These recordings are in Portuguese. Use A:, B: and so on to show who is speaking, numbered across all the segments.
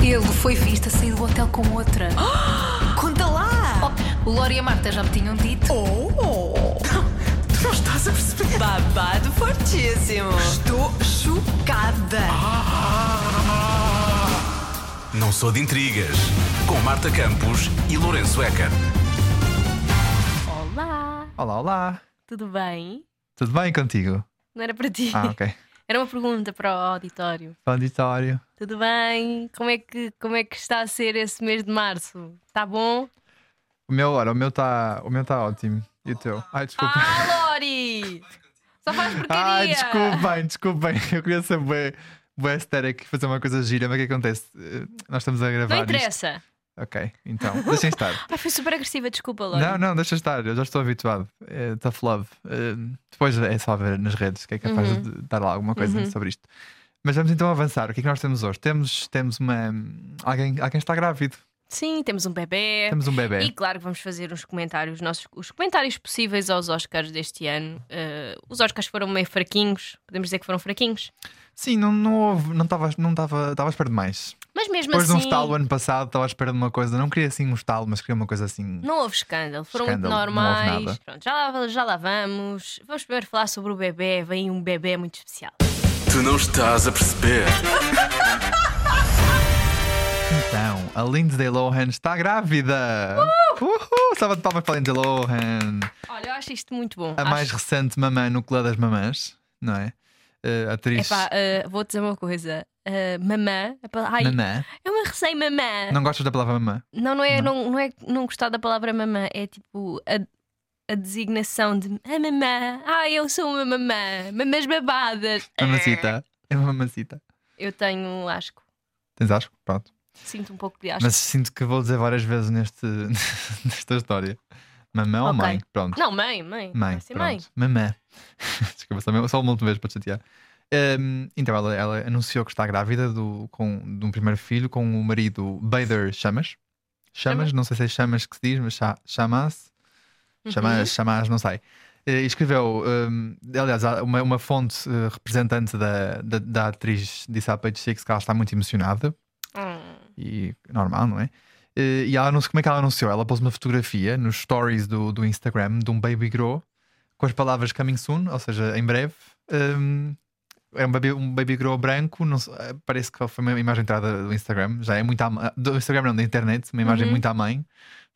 A: Ele foi visto a sair do hotel com outra.
B: Conta lá!
A: Oh, o Lori e a Marta já me tinham dito.
B: Oh!
C: Tu não estás a perceber?
B: Babado fortíssimo!
C: Estou chocada.
D: Não sou de intrigas. Com Marta Campos e Lourenço Eker.
E: Olá,
F: Olá, olá.
E: tudo bem?
F: Tudo bem contigo?
E: Não era para ti.
F: Ah, ok.
E: Era uma pergunta para o auditório.
F: Auditório.
E: Tudo bem? Como é que, como é que está a ser esse mês de março? Está bom?
F: O meu, ora, o meu está tá ótimo. E o teu? Ai, desculpa.
E: Ah, Lori! Só faz
F: Ah,
E: Ah, porcaria!
F: Ai, desculpem, desculpem. Eu queria saber. Boa aesthetic, fazer uma coisa gira, mas o que acontece? Eh, Nós estamos a gravar.
E: Não
F: isto.
E: interessa.
F: Ok, então, deixem estar.
E: Ai, Ah, foi super agressiva, desculpa, Lori.
F: não, não, deixa estar, eu já estou habituado. É tough love. Eh, depois é só ver nas redes que é capaz
E: Uhum.
F: de dar lá alguma coisa
E: Uhum.
F: sobre isto. Mas vamos então avançar. O que é que nós temos hoje? Temos, temos uma. hum, Alguém, alguém está grávido.
E: Sim, temos um bebê.
F: Temos um bebê.
E: E claro que vamos fazer uns comentários, nossos, os comentários possíveis aos Oscars deste ano. Eh, os Oscars foram meio fraquinhos, podemos dizer que foram fraquinhos,
F: Sim, não, não houve, não estava não tava, tava à espera de mais.
E: mas mesmo
F: Depois de um
E: assim.
F: estalo ano passado, estava à espera de uma coisa, não queria assim um estalo, mas queria uma coisa assim.
E: Não houve escândalo, foram
F: Escândalo,
E: muito
F: não houve
E: normais.
F: nada.
E: Pronto, já lá, já lá vamos. Vamos primeiro falar sobre o bebê. Vem um bebê muito especial.
D: Tu não estás a perceber.
F: Então, a Lindsay Lohan está grávida! Uhul! Salva de palmas para a Lindsay Lohan!
E: Olha, eu acho isto muito bom.
F: A mais recente mamã no Clã das Mamãs, não é? Eh, atriz
E: Epá, eh, vou dizer uma coisa. Eh, mamã, a pala- ai,
F: mamã.
E: eu me recei mamã. Não,
F: Não gostas da palavra mamã?
E: não, é não. não é não gostar da palavra mamã, é tipo a, a designação de a mamã. Ai, eu sou uma mamã, mamãs babadas.
F: Mamacita. É uma mamacita.
E: Eu tenho, acho que
F: Tens acho? Pronto.
E: sinto um pouco de asco.
F: Mas sinto que vou dizer várias vezes neste, nesta história. Mamã ou
E: Ok.
F: mãe? Pronto.
E: Não, mãe, mãe.
F: Mãe,
E: Vai ser mãe.
F: pronto. Mamã. Desculpa, só, só uma última vez para te chatear. Hum, então, ela, ela anunciou que está grávida do, com, de um primeiro filho com o marido Bader Chamas. Chamas, não sei se é Chamas que se diz, mas cha, Chamas.
E: Uhum.
F: Chamas, Chamas, não sei. Eh, E escreveu, hum, aliás, há uma, uma fonte eh, representante da, da, da atriz disse à Page Six que ela está muito emocionada
E: Hum.
F: e normal, não é? Eh, E ela anunciou, como é que ela anunciou? Ela pôs uma fotografia nos stories do, do Instagram de um baby grow com as palavras coming soon, ou seja, em breve. Hum, é um baby, um baby grow branco, não sei- eh, parece que foi uma imagem entrada do Instagram, já é muito à, ma- do Instagram não, da internet, uma imagem
E: Uhum.
F: muito à mãe.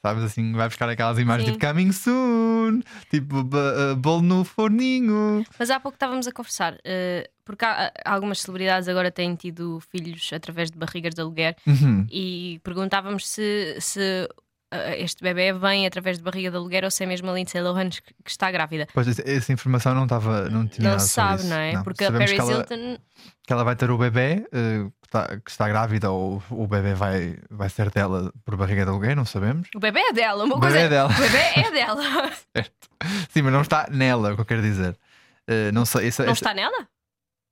F: Sabes assim, vai buscar aquelas imagens
E: Sim.
F: tipo coming soon, tipo ba- eh, bolo no forninho.
E: Mas há pouco estávamos a conversar, eh, porque há, há algumas celebridades agora têm tido filhos através de barrigas de aluguer
F: Uhum.
E: e perguntávamos se, se, eh, este bebê vem através de barriga de aluguer ou se é mesmo a Lindsay Lohan que que está grávida.
F: Pois esse- essa informação não estava, não tinha
E: Não
F: nada
E: se
F: sobre
E: sabe,
F: isso.
E: não é? Porque a
F: Sabemos
E: Paris
F: que ela-
E: Hilton.
F: que ela vai ter o bebê, eh, que, tá- que está grávida, ou o bebê vai, vai ser dela por barriga de alguém, não sabemos.
E: O bebê é dela, uma
F: O
E: coisa.
F: bebê é dela.
E: O bebê é dela.
F: Sim, mas não está nela, é o que eu quero dizer. Eh, não, sei, isso-
E: Não
F: isso-
E: está nela?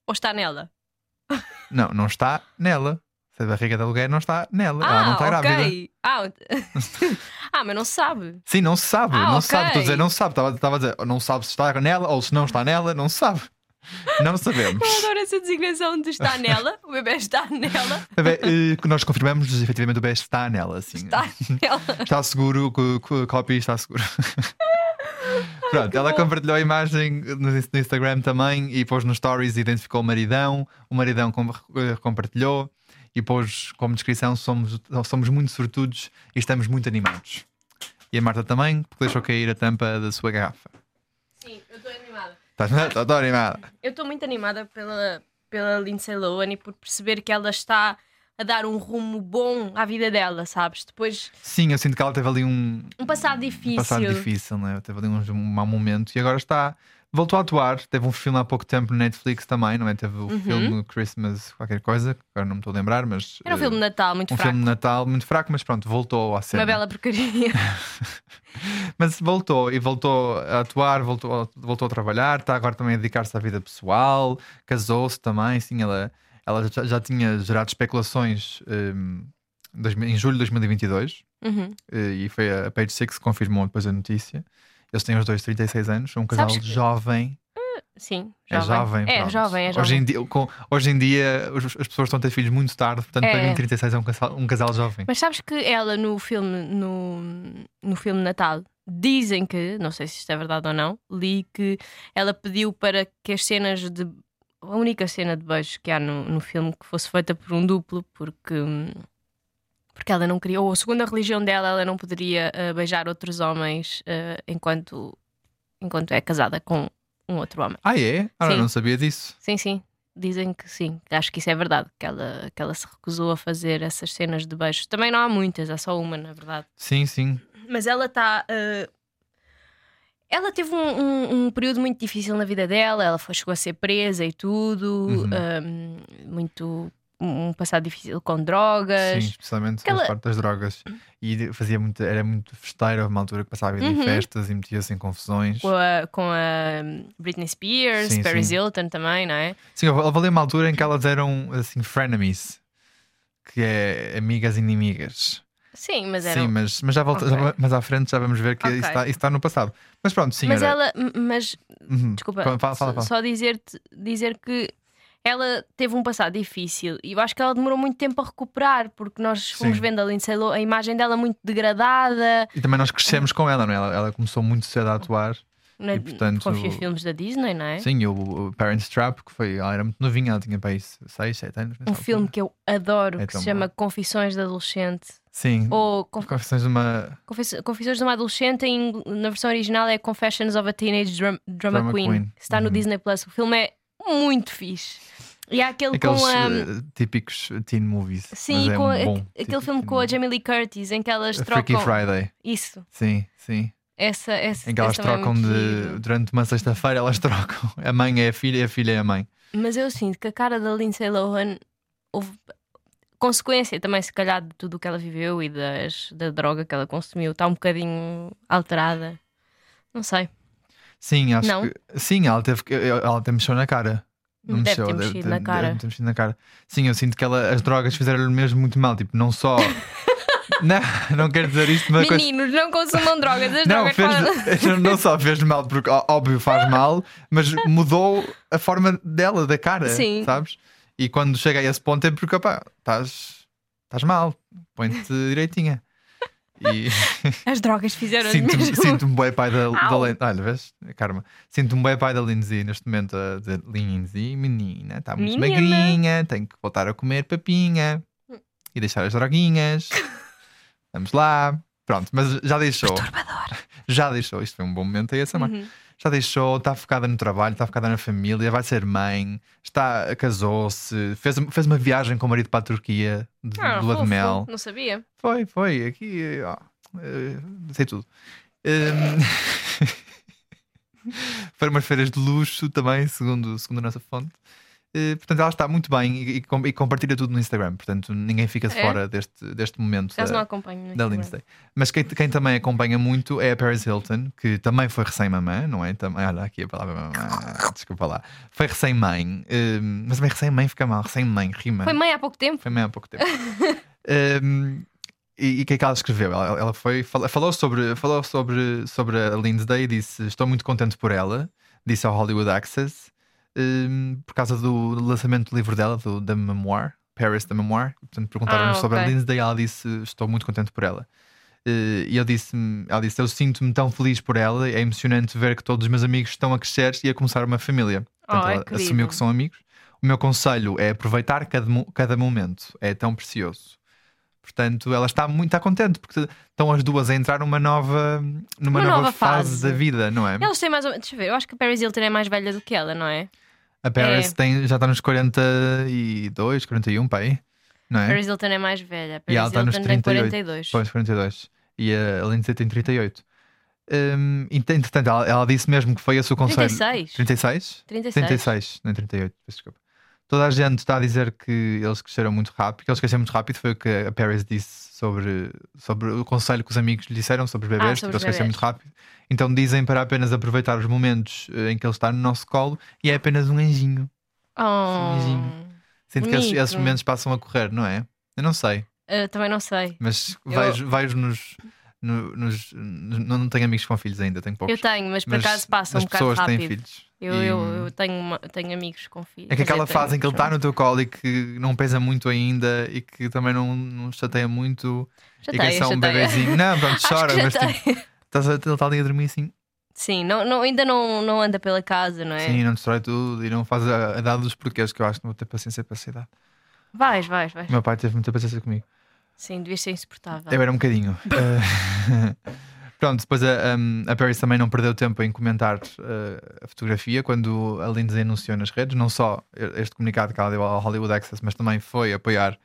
E: Ou está nela?
F: não, não está nela. Se a barriga de alguém não está nela, ela não está
E: ah,
F: grávida.
E: ok. Ah, o- ah, mas não se sabe.
F: Sim, não se sabe,
E: Ah,
F: não se sabe.
E: ok.
F: Estou a dizer, não se sabe. Estava, estava a dizer, não se sabe se está nela ou se não está nela, não se sabe. Não sabemos.
E: Eu adoro essa designação de está nela, o bebê está nela,
F: Bebê, eh, que nós confirmamos, efetivamente, o bebê está nela. assim. Sim.
E: está nela.
F: Está seguro, co- co- copy, está seguro. Pronto, ela compartilhou a imagem no no Instagram também e pôs nos stories e identificou o maridão. O maridão com- eh, compartilhou e pôs como descrição: somos, somos muito sortudos e estamos muito animados. E a Marta também, porque deixou cair a tampa da sua garrafa.
E: Sim, eu estou animada.
F: Estás estou animada.
E: Eu estou muito animada pela, pela Lindsay Lohan e por perceber que ela está a dar um rumo bom à vida dela, sabes? Depois,
F: Sim, eu sinto que ela teve ali um,
E: um passado
F: Um
E: difícil.
F: passado difícil, né? Teve ali uns- um mau momento e agora está. Voltou a atuar. Teve um filme há pouco tempo no Netflix também, não é? Teve o
E: Uhum.
F: filme Christmas, qualquer coisa, que agora não me estou a lembrar, mas.
E: Era um
F: eh,
E: filme de Natal muito
F: um
E: fraco.
F: filme de Natal muito fraco, mas pronto, voltou à cena.
E: Uma bela porcaria.
F: Mas voltou e voltou a atuar, voltou, a- voltou a trabalhar, está agora também a dedicar-se à vida pessoal, casou-se também, sim, ela, ela já, já tinha gerado especulações em, dois mil- em julho de 2022.
E: Uhum.
F: Eh, e foi a a Page Six que confirmou depois a notícia. Eles têm os dois 36 anos, são um casal
E: Sabes que-
F: jovem.
E: Sim,
F: É jovem.
E: É
F: pronto.
E: jovem, é jovem.
F: Hoje em dia, com- hoje em dia, os- as pessoas estão a ter filhos muito tarde, portanto,
E: É.
F: para mim, 36 é um casal, um casal jovem.
E: Mas sabes que ela no filme no, no filme Natal dizem que, não sei se isto é verdade ou não, li que ela pediu para que as cenas de a única cena de beijo que há no, no filme que fosse feita por um duplo, porque hum, porque ela não queria, ou segundo a religião dela, ela não poderia ah, beijar outros homens ah, enquanto enquanto é casada com um outro homem.
F: Ah, é? Ah,
E: Sim.
F: não sabia disso.
E: Sim, sim. Dizem que sim. Acho que isso é verdade, que ela, que ela se recusou a fazer essas cenas de beijos. Também não há muitas, há só uma, na verdade.
F: Sim, sim.
E: Mas ela está. eh, Ela teve um, um- um período muito difícil na vida dela, ela foi, chegou a ser presa e tudo,
F: Uhum.
E: ehm, muito. um passado difícil com drogas.
F: Sim, especialmente
E: Aquela-
F: na parte das drogas. E de- fazia muito, era muito festeira, houve uma altura que passava a vida
E: Uhum.
F: em festas e metia-se em confusões.
E: Com a, com a Britney Spears,
F: Sim,
E: Paris
F: sim.
E: Hilton também, não é?
F: Sim, eu valia uma altura em que elas eram assim, frenemies, que é amigas e inimigas.
E: Sim, mas era.
F: Sim, mas, mas já volta, já
E: Ok.
F: va- mas à frente já vamos ver que
E: Ok.
F: isso, está, isso está no passado. Mas pronto, sim,
E: mas
F: era-
E: ela. Mas
F: Uhum.
E: Desculpa,
F: Fala, fala,
E: só-
F: fala.
E: só dizer-te dizer que ela teve um passado difícil e eu acho que ela demorou muito tempo a recuperar, porque nós fomos
F: Sim.
E: vendo a Lindsay Lohan, a imagem dela muito degradada
F: E também nós crescemos com ela, não é? Ela, ela começou muito cedo a atuar.
E: na,
F: E, portanto,
E: com os filmes da Disney, não é?
F: Sim, e o, o Parents Trap, que foi. Ela era muito novinha, ela tinha para aí 6, 7 anos. nessa
E: Um filme
F: altura.
E: que eu adoro,
F: É
E: que
F: tão
E: se chama
F: bom.
E: Confissões de Adolescente.
F: Sim.
E: Ou Conf-
F: Confissões de uma
E: Confess- Confissões de uma Adolescente, em ingl- na versão original é Confessions of a Teenage Dram- Drama,
F: Drama
E: Queen.
F: Queen.
E: Está no
F: Uhum.
E: Disney Plus. O filme é muito fixe. E há aquele
F: Aqueles
E: com a.
F: eh, típicos teen movies.
E: Sim,
F: mas é
E: com
F: um
E: a-
F: bom
E: aquele
F: típico
E: filme
F: teen
E: com a
F: movie.
E: Jamie Lee Curtis em que elas
F: A Freaky
E: trocam.
F: Friday.
E: Isso,
F: Sim, sim.
E: essa, essa
F: Em que elas
E: esse também é
F: trocam
E: muito
F: de.
E: giro.
F: Durante uma sexta-feira, elas trocam. A mãe é a filha e a filha é a mãe.
E: Mas eu sinto que a cara da Lindsay Lohan houve consequência também, se calhar, de tudo o que ela viveu e das, da droga que ela consumiu. Está um bocadinho alterada. Não sei.
F: Sim, acho
E: Não?
F: que. Sim, ela teve que. Ela até mexeu na cara. Não
E: Deve
F: mexeu,
E: ter mexido na cara.
F: Deve ter mexido na cara. Sim, eu sinto que ela, as drogas fizeram-lhe mesmo muito mal. Tipo, não só. não, não quero dizer isto, mas. a coisa-
E: Meninos, não consumam drogas. As
F: Não,
E: drogas fazem-
F: fez, não só fez mal, porque ó- óbvio faz mal, mas mudou a forma dela, da cara,
E: Sim.
F: sabes? E quando chega a esse ponto é porque, opá, estás, estás mal, põe-te direitinha. E
E: As drogas fizeram
F: sinto-me
E: mesmo.
F: sinto bem pai da, da Lindsay. Olha, vês, Karma, sinto-me bem pai da Lindsay neste momento. A dizer, Lindsay, menina, está muito
E: Menina.
F: magrinha, tem que voltar a comer papinha e deixar as droguinhas. Vamos lá. Pronto, mas já deixou. Já deixou, isto foi um bom momento aí, essa mãe.
E: Uhum.
F: Já deixou, está focada no trabalho, está focada na família, vai ser mãe, está, casou-se, fez, fez uma viagem com o marido para a Turquia de
E: Ah,
F: de lua de
E: fofo,
F: mel.
E: Não sabia.
F: Foi, foi, aqui, ó, eh, sei tudo. Ehm, Foram umas feiras de luxo também, segundo, segundo a nossa fonte. Eh, portanto, ela está muito bem e, e com- e compartilha tudo no Instagram. Portanto, ninguém fica de
E: É?
F: fora deste, deste momento
E: Caso não
F: da,
E: acompanho. no
F: eh, da
E: Instagram.
F: Lindsay. Mas quem, quem também acompanha muito é a Paris Hilton, que também foi recém-mamã, não é? Também, olha aqui a palavra mamã, desculpa lá. Foi recém-mãe, ehm, mas também recém-mãe fica mal, recém-mãe, rima.
E: Foi mãe há pouco tempo.
F: Foi mesmo há pouco tempo. Um, e e o que é que ela escreveu? Ela, ela foi, fala- falou, sobre, falou sobre, sobre a Lindsay e disse: Estou muito contente por ela. Disse ao Hollywood Access um, por causa do lançamento do livro dela, do, da Memoir, Paris da Memoir. Portanto, perguntaram-nos
E: Ah,
F: sobre a
E: ok.
F: Lindsay e ela disse: Estou muito contente por ela. Eh, E eu disse, ela disse: Eu sinto-me tão feliz por ela. É emocionante ver que todos os meus amigos estão a crescer e a começar uma família. Portanto,
E: Oh, é
F: ela
E: querido.
F: assumiu que são amigos. O meu conselho é aproveitar cada, mo- cada momento, é tão precioso. Portanto, ela está muito está contente porque estão as duas a entrar numa nova, numa
E: Uma
F: nova,
E: nova
F: fase.
E: fase.
F: da vida, não é?
E: Elas têm mais ou menos. Deixa eu ver, eu acho que a Paris Hilton é mais velha do que ela, não é?
F: A Paris
E: É.
F: tem, já está nos 42, 41, para um, aí, não é?
E: Paris Hilton é mais velha. Paris
F: E ela está nos
E: Hilton é tem
F: 38.
E: 42.
F: Pois, 42. E a Lindsay tem 38. Hum, ent- entretanto, ela, ela disse mesmo que foi esse o conselho.
E: 36.
F: 36?
E: 36.
F: 36, não é 38, peço desculpa. Toda a gente está a dizer que eles cresceram muito rápido, que eles cresceram muito rápido, foi o que a Paris disse sobre, sobre o conselho que os amigos lhe disseram sobre os bebês,
E: Ah, sobre
F: que
E: os
F: eles cresceram
E: bebés.
F: muito rápido. Então dizem para apenas aproveitar os momentos eh, em que ele está no nosso colo e é apenas um anjinho.
E: Oh.
F: Beijinho. Sinto que esses,
E: Bonito.
F: esses momentos passam a correr, não é? Eu não sei,
E: Ah, também não sei.
F: mas
E: Eu-
F: vejo, vejo nos. no- nos- no- não tenho amigos com filhos ainda, tenho poucos.
E: Eu tenho, mas por
F: Mas
E: acaso passa um
F: as
E: bocado
F: pessoas
E: rápido.
F: têm filhos.
E: Eu,
F: E- hum,
E: eu, eu tenho, uma- tenho amigos com filhos.
F: É que
E: Quer dizer,
F: aquela
E: tenho
F: fase em que ele
E: amigos,
F: está no teu colo e que não pesa muito ainda e que também não, não chateia muito
E: Já
F: e que é
E: tenho,
F: só um
E: já tenho.
F: bebezinho. Não, pronto,
E: Acho
F: chora,
E: que já
F: mas
E: tenho.
F: tipo, estás a- ele está ali a dormir assim.
E: Sim, não, não, ainda não, não anda pela casa, não é?
F: Sim, não destrói tudo e não faz a, a dada dos porquês que eu acho que não vou ter paciência para essa idade.
E: Vais, vais, vais.
F: O meu pai teve muita paciência comigo.
E: Sim, devias ser insuportável.
F: Eu era um bocadinho. Eh, Pronto, depois a, um, a Paris também não perdeu tempo em comentar eh, a fotografia quando a Lindsay anunciou nas redes, não só este comunicado que ela deu ao Hollywood Access, mas também foi apoiar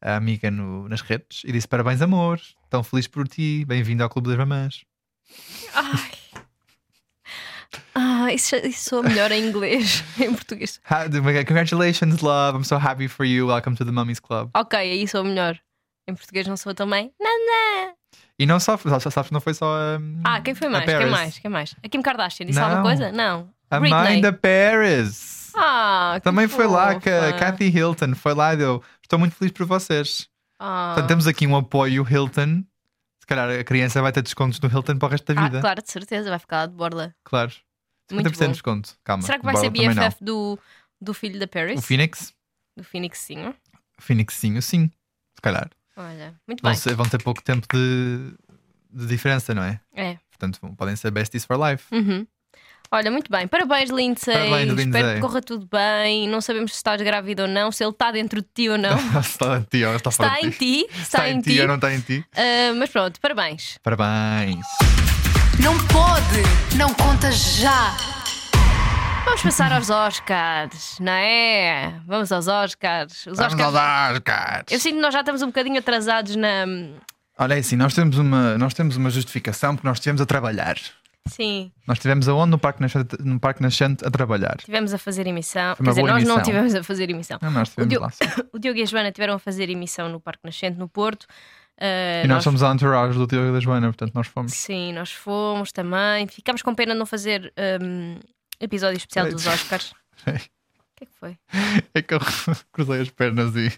F: a amiga no- nas redes e disse: Parabéns, amor, tão feliz por ti, bem-vindo ao Clube das Mamãs.
E: Ah, isso, já- isso soa melhor em inglês, em português.
F: Ha- Congratulations, love, I'm so happy for you, welcome to the Mummies Club.
E: Ok, aí sou melhor. Em português não sou também. Nanã!
F: E não só, já sabes, que não foi só a,
E: Ah, quem foi mais?
F: A
E: Quem
F: Paris.
E: mais? Quem mais? A Kim Kardashian disse
F: Não.
E: alguma coisa? Não.
F: a
E: Britney.
F: mãe da Paris.
E: Ah, que
F: Também foi lá
E: fofa.
F: que a Kathy Hilton foi lá e deu. Estou muito feliz por vocês.
E: Ah.
F: Portanto, temos aqui um apoio Hilton. Se calhar a criança vai ter descontos no Hilton para o resto da
E: Ah,
F: vida.
E: claro, de certeza, vai ficar lá de borla.
F: claro.
E: Muito
F: 50% de
E: bom.
F: desconto. Calma.
E: Será que vai
F: Borla
E: ser
F: também não.
E: BFF do, do filho da Paris?
F: O Phoenix?
E: Do Phoenixinho?
F: O Phoenixinho, sim. Se calhar.
E: Olha, muito
F: Vão,
E: bem.
F: ser- vão ter pouco tempo de, de diferença, não é?
E: É.
F: Portanto, vão- podem ser besties for life.
E: Uhum. Olha, muito bem. Parabéns, Lindsay.
F: Parabéns,
E: Espero
F: Lindsay.
E: que corra tudo bem. Não sabemos se estás grávida ou não, se ele está dentro de ti ou não.
F: está em ti, ou está, fora
E: Está
F: de
E: em ti,
F: Está tá, em ti ou não está em ti?
E: Ah, mas pronto, parabéns.
F: Parabéns.
A: Não pode! Não conta já!
E: Vamos passar aos Oscars, não é? Vamos aos Oscars. Os
F: Vamos aos
E: Oscars.
F: Oscars.
E: Eu sinto que nós já estamos um bocadinho atrasados na.
F: Olha, é assim, nós temos, uma, nós temos uma justificação porque nós estivemos a trabalhar.
E: Sim,
F: Nós estivemos aonde? No Parque Nascente, no Parque Nascente a trabalhar.
E: tivemos a fazer emissão.
F: Foi
E: Quer
F: uma
E: dizer,
F: boa
E: nós não
F: emissão.
E: tivemos a fazer emissão.
F: Não,
E: O
F: nós estivemos
E: Diogo-
F: lá. sim.
E: O Diogo e a Joana tiveram a fazer emissão no Parque Nascente, no Porto. Ah,
F: E nós somos a entourage do Diogo e da Joana, portanto nós fomos.
E: Sim, nós fomos também. Ficámos com pena de não fazer hum, episódio especial
F: Peraí.
E: dos Oscars. O que é que foi?
F: É que eu cruzei as pernas e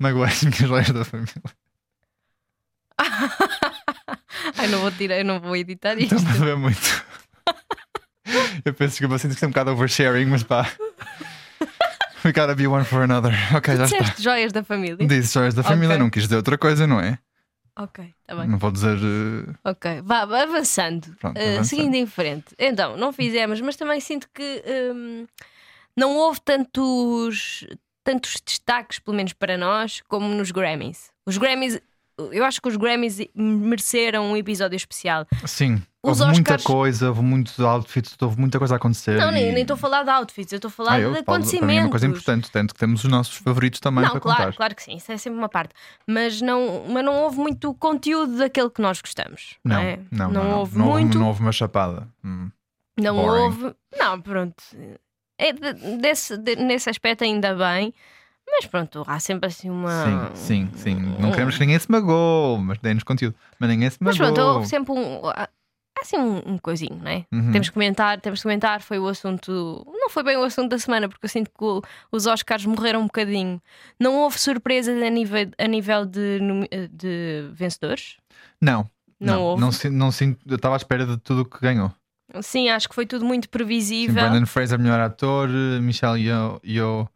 F: magoei as minhas leis da família.
E: Ai, não vou tirar, eu não vou editar isto.
F: Estão a ver muito. Eu penso que eu sinto que é um bocado oversharing, mas pá. We gotta be one for another. Ok, já está.
E: Disseste joias da família?
F: Disse joias da família,
E: Ok.
F: não quis dizer outra coisa, não é?
E: Ok, está bem.
F: Não vou dizer. eh,
E: Ok, vá vá avançando.
F: Pronto,
E: Ah,
F: avançando.
E: Seguindo em frente. Então, não fizemos, mas também sinto que hum, não houve tantos, tantos destaques, pelo menos para nós, como nos Grammys. Os Grammys, eu acho que os Grammys mereceram um episódio especial.
F: Sim,
E: Os
F: houve muita
E: Oscars-
F: coisa, houve muitos outfits, houve muita coisa a acontecer.
E: Não, nem
F: e-
E: nem estou a falar de outfits, eu estou a falar
F: Ah, eu,
E: de
F: Paulo, Para mim é uma coisa
E: acontecimentos.
F: importante, tanto que temos os nossos favoritos também
E: Não,
F: para
E: claro,
F: contar.
E: claro que sim, isso é sempre uma parte. Mas não, mas não houve muito conteúdo daquele que nós gostamos.
F: Não,
E: é?
F: não, não, não.
E: houve
F: não
E: muito.
F: Não houve uma chapada. Hum.
E: Não
F: Boring.
E: houve. Não, pronto. É, de- desse, de- nesse aspecto, ainda bem. Mas pronto, há sempre assim uma. um
F: Sim, sim, sim. Não queremos que ninguém se magoou, mas dê-nos conteúdo. Mas ninguém se
E: Mas
F: magoou.
E: pronto, houve sempre um. Há há assim um, um coisinho, não é?
F: Uhum.
E: Temos que comentar, temos que comentar. Foi o assunto. Não foi bem o assunto da semana, porque eu sinto que o- os Oscars morreram um bocadinho. Não houve surpresas a nível, a nível de, nome- de vencedores.
F: Não.
E: Não
F: Não,
E: houve.
F: não, sin- não sinto, eu estava à espera de tudo o que ganhou.
E: Sim, acho que foi tudo muito
F: Sim,
E: previsível.
F: Brandon Fraser, melhor ator, Michelle Yeoh, Yeoh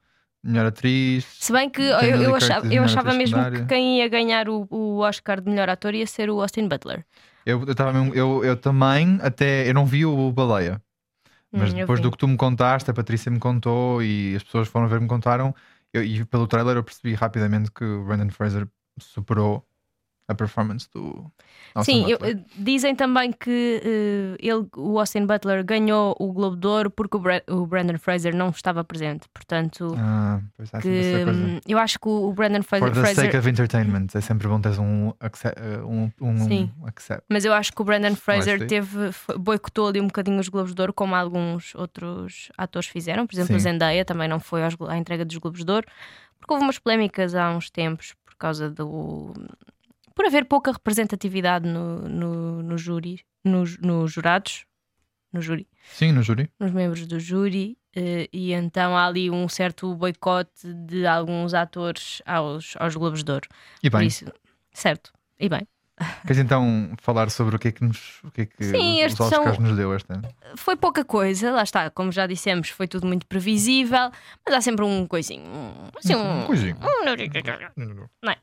F: melhor atriz.
E: Se bem que eu,
F: Jamie
E: eu
F: Lee Curtis,
E: achava, eu
F: melhor
E: achava
F: atriz
E: mesmo que
F: secundária.
E: quem ia ganhar o, o Oscar de melhor ator ia ser o Austin Butler.
F: Eu, eu, tava mesmo- eu, eu também, até. Eu não vi o Baleia. Mas
E: Hum, eu
F: depois
E: vi.
F: do que tu me contaste, a Patrícia me contou e as pessoas foram ver me contaram. eu- e pelo trailer eu percebi rapidamente que o Brandon Fraser superou a performance do. Austin
E: Sim, eu- eh,
F: Butler.
E: dizem também que eh, ele, o Austin Butler ganhou o Globo de Ouro porque o, Bra- o Brandon Fraser não estava presente. Portanto,
F: Ah, pois há
E: que,
F: sempre essa coisa.
E: hum, eu acho que o o Brandon Fra-
F: For the
E: Fraser.
F: sake of entertainment, é sempre bom teres um. acce- um, um,
E: Sim.
F: um accept.
E: Mas eu acho que o Brandon Fraser
F: Honestly.
E: teve, f- boicotou ali um bocadinho os Globos de Ouro, como alguns outros atores fizeram. Por exemplo,
F: Sim.
E: o Zendaya também não foi aos glo- à entrega dos Globos de Ouro, porque houve umas polémicas há uns tempos por causa do. por haver pouca representatividade no, no, no júri, nos, nos jurados, no júri,
F: Sim, no júri.
E: nos membros do júri. eh, E então há ali um certo boicote de alguns atores aos, aos Globos de Ouro.
F: E
E: Por
F: bem,
E: isso, certo. E bem.
F: Queres então falar sobre o que é que, nos, o que, é que
E: Sim,
F: os,
E: estes
F: os Oscars
E: são-
F: nos deu este ano?
E: Foi pouca coisa, lá está, como já dissemos, foi tudo muito previsível, mas há sempre um coisinho. um- Assim, um-
F: coisinho.
E: um- Não é?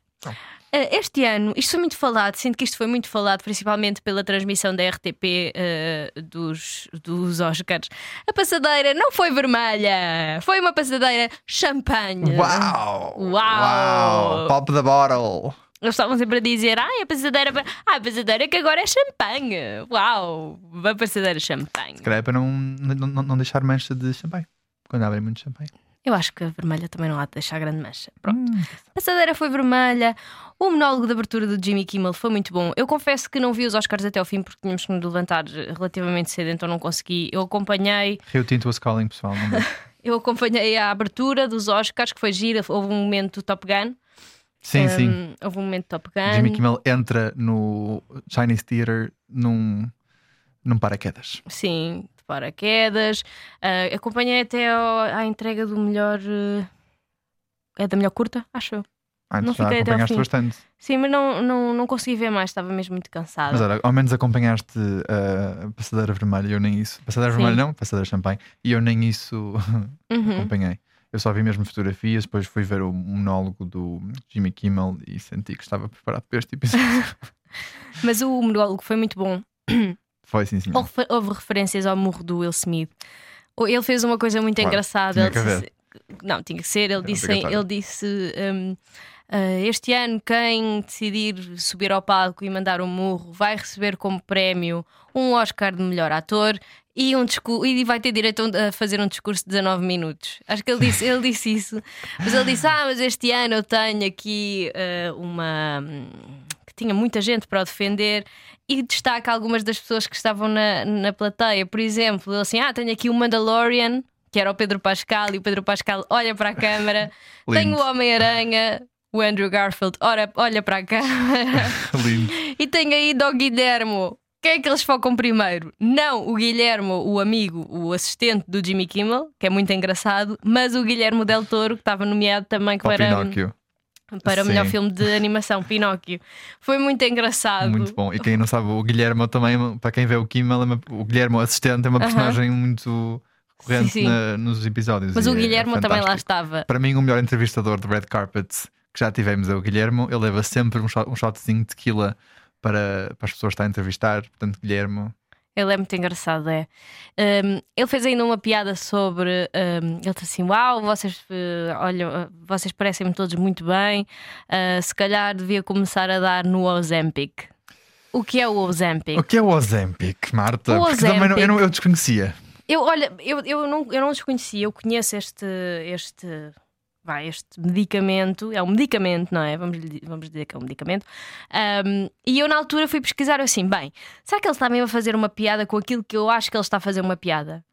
E: Eh, Este ano, isto foi muito falado, sinto que isto foi muito falado, principalmente pela transmissão da RTP eh, dos, dos Oscars. A passadeira não foi vermelha, foi uma passadeira champanhe.
F: Uau!
E: Uau!
F: Pop the bottle!
E: Eles estavam sempre a dizer: ai, a passadeira, ah, a passadeira que agora é champanhe. Uau! A passadeira champanhe.
F: Se calhar é para não, não, não- não deixar mancha de champanhe. Quando abrem muito champanhe.
E: Eu acho que a vermelha também não há de deixar grande mancha. Pronto.
F: Hum,
E: A passadeira foi vermelha. O monólogo de abertura do Jimmy Kimmel foi muito bom. Eu confesso que não vi os Oscars até ao fim porque tínhamos que nos levantar eh, relativamente cedo, então não consegui. Eu acompanhei
F: Rio Tinto was calling, pessoal. Não me-
E: eu acompanhei a abertura dos Oscars, que foi gira. Houve um momento do Top Gun.
F: sim, sim.
E: Hum, houve um momento do Top Gun.
F: Jimmy Kimmel entra no Chinese Theater num, num paraquedas.
E: Sim, de paraquedas. Ah, acompanhei até ao- à entrega do melhor. eh, é da melhor curta, acho eu.
F: Ah,
E: Não
F: tu já
E: fiquei até ao
F: acompanhaste
E: fim.
F: bastante.
E: Sim, mas não, não, não consegui ver mais, estava mesmo muito cansada.
F: Mas é. olha, ao menos acompanhaste uh, a passadeira vermelha, eu nem isso. Passadeira
E: Sim.
F: vermelha não, passadeira champanhe. E eu nem isso
E: Uhum.
F: acompanhei. Eu só vi mesmo fotografias, depois fui ver o monólogo do Jimmy Kimmel e senti que estava preparado para este episódio.
E: Mas o monólogo foi muito bom.
F: Foi sim, sim.
E: Houve, houve referências ao murro do Will Smith. Ele fez uma coisa muito
F: Claro,
E: engraçada.
F: tinha
E: ele
F: que
E: disse- não, tinha que ser. Ele disse,
F: obrigatório.
E: ele disse hum, ah, este ano, quem decidir subir ao palco e mandar um murro vai receber como prémio um Oscar de melhor ator e, um discu- e vai ter direito a um- a fazer um discurso de 19 minutos. Acho que ele disse, ele disse isso. Mas ele disse: Ah, mas este ano eu tenho aqui ah, uma. que tinha muita gente para o defender e destaca algumas das pessoas que estavam na, na plateia. Por exemplo, ele assim: Ah, tenho aqui o Mandalorian. Que era o Pedro Pascal, e o Pedro Pascal olha para a câmara. Oh, Tenho o
F: Lindo.
E: Homem-Aranha, o Andrew Garfield ora, olha para a câmara.
F: Lindo.
E: E tem ainda o Guilhermo. Quem é que eles focam primeiro? Não o Guilhermo, o amigo, o assistente do Jimmy Kimmel, que é muito engraçado, mas o Guilhermo Del Toro, que estava nomeado também
F: Para o
E: para,
F: Pinóquio.
E: para o melhor
F: Sim.
E: filme de animação, Pinóquio. Foi muito engraçado.
F: Muito bom. E quem não sabe, o Guilherme também, para quem vê o Kimmel, é uma- o Guilherme, o assistente, é uma
E: Aham.
F: personagem muito recorrente
E: Sim, sim.
F: na- nos episódios.
E: Mas
F: e
E: o
F: é
E: Guilhermo também lá
F: fantástico.
E: estava.
F: Para mim, o melhor entrevistador de red carpet que já tivemos é o Guilhermo. Ele leva sempre um, shot- um shotzinho de tequila para, para as pessoas que está a entrevistar. Portanto, Guilhermo.
E: Ele é muito engraçado, é. Um, ele fez ainda uma piada sobre. um, ele disse assim: Uau, vocês, eh, olham, eh, vocês parecem-me todos muito bem. eh, se calhar devia começar a dar no Ozempic. O que é o Ozempic?
F: O que é o Ozempic, Marta?
E: O
F: Porque também não- eu, não- eu desconhecia.
E: Eu, olha, eu, eu, não, eu não desconhecia, eu conheço este. este... Vai, este medicamento, é um medicamento, não é? Vamos, lhe- vamos dizer que é um medicamento. Um, e eu, na altura, fui pesquisar eu assim: bem, será que ele está mesmo a fazer uma piada com aquilo que eu acho que ele está a fazer uma piada?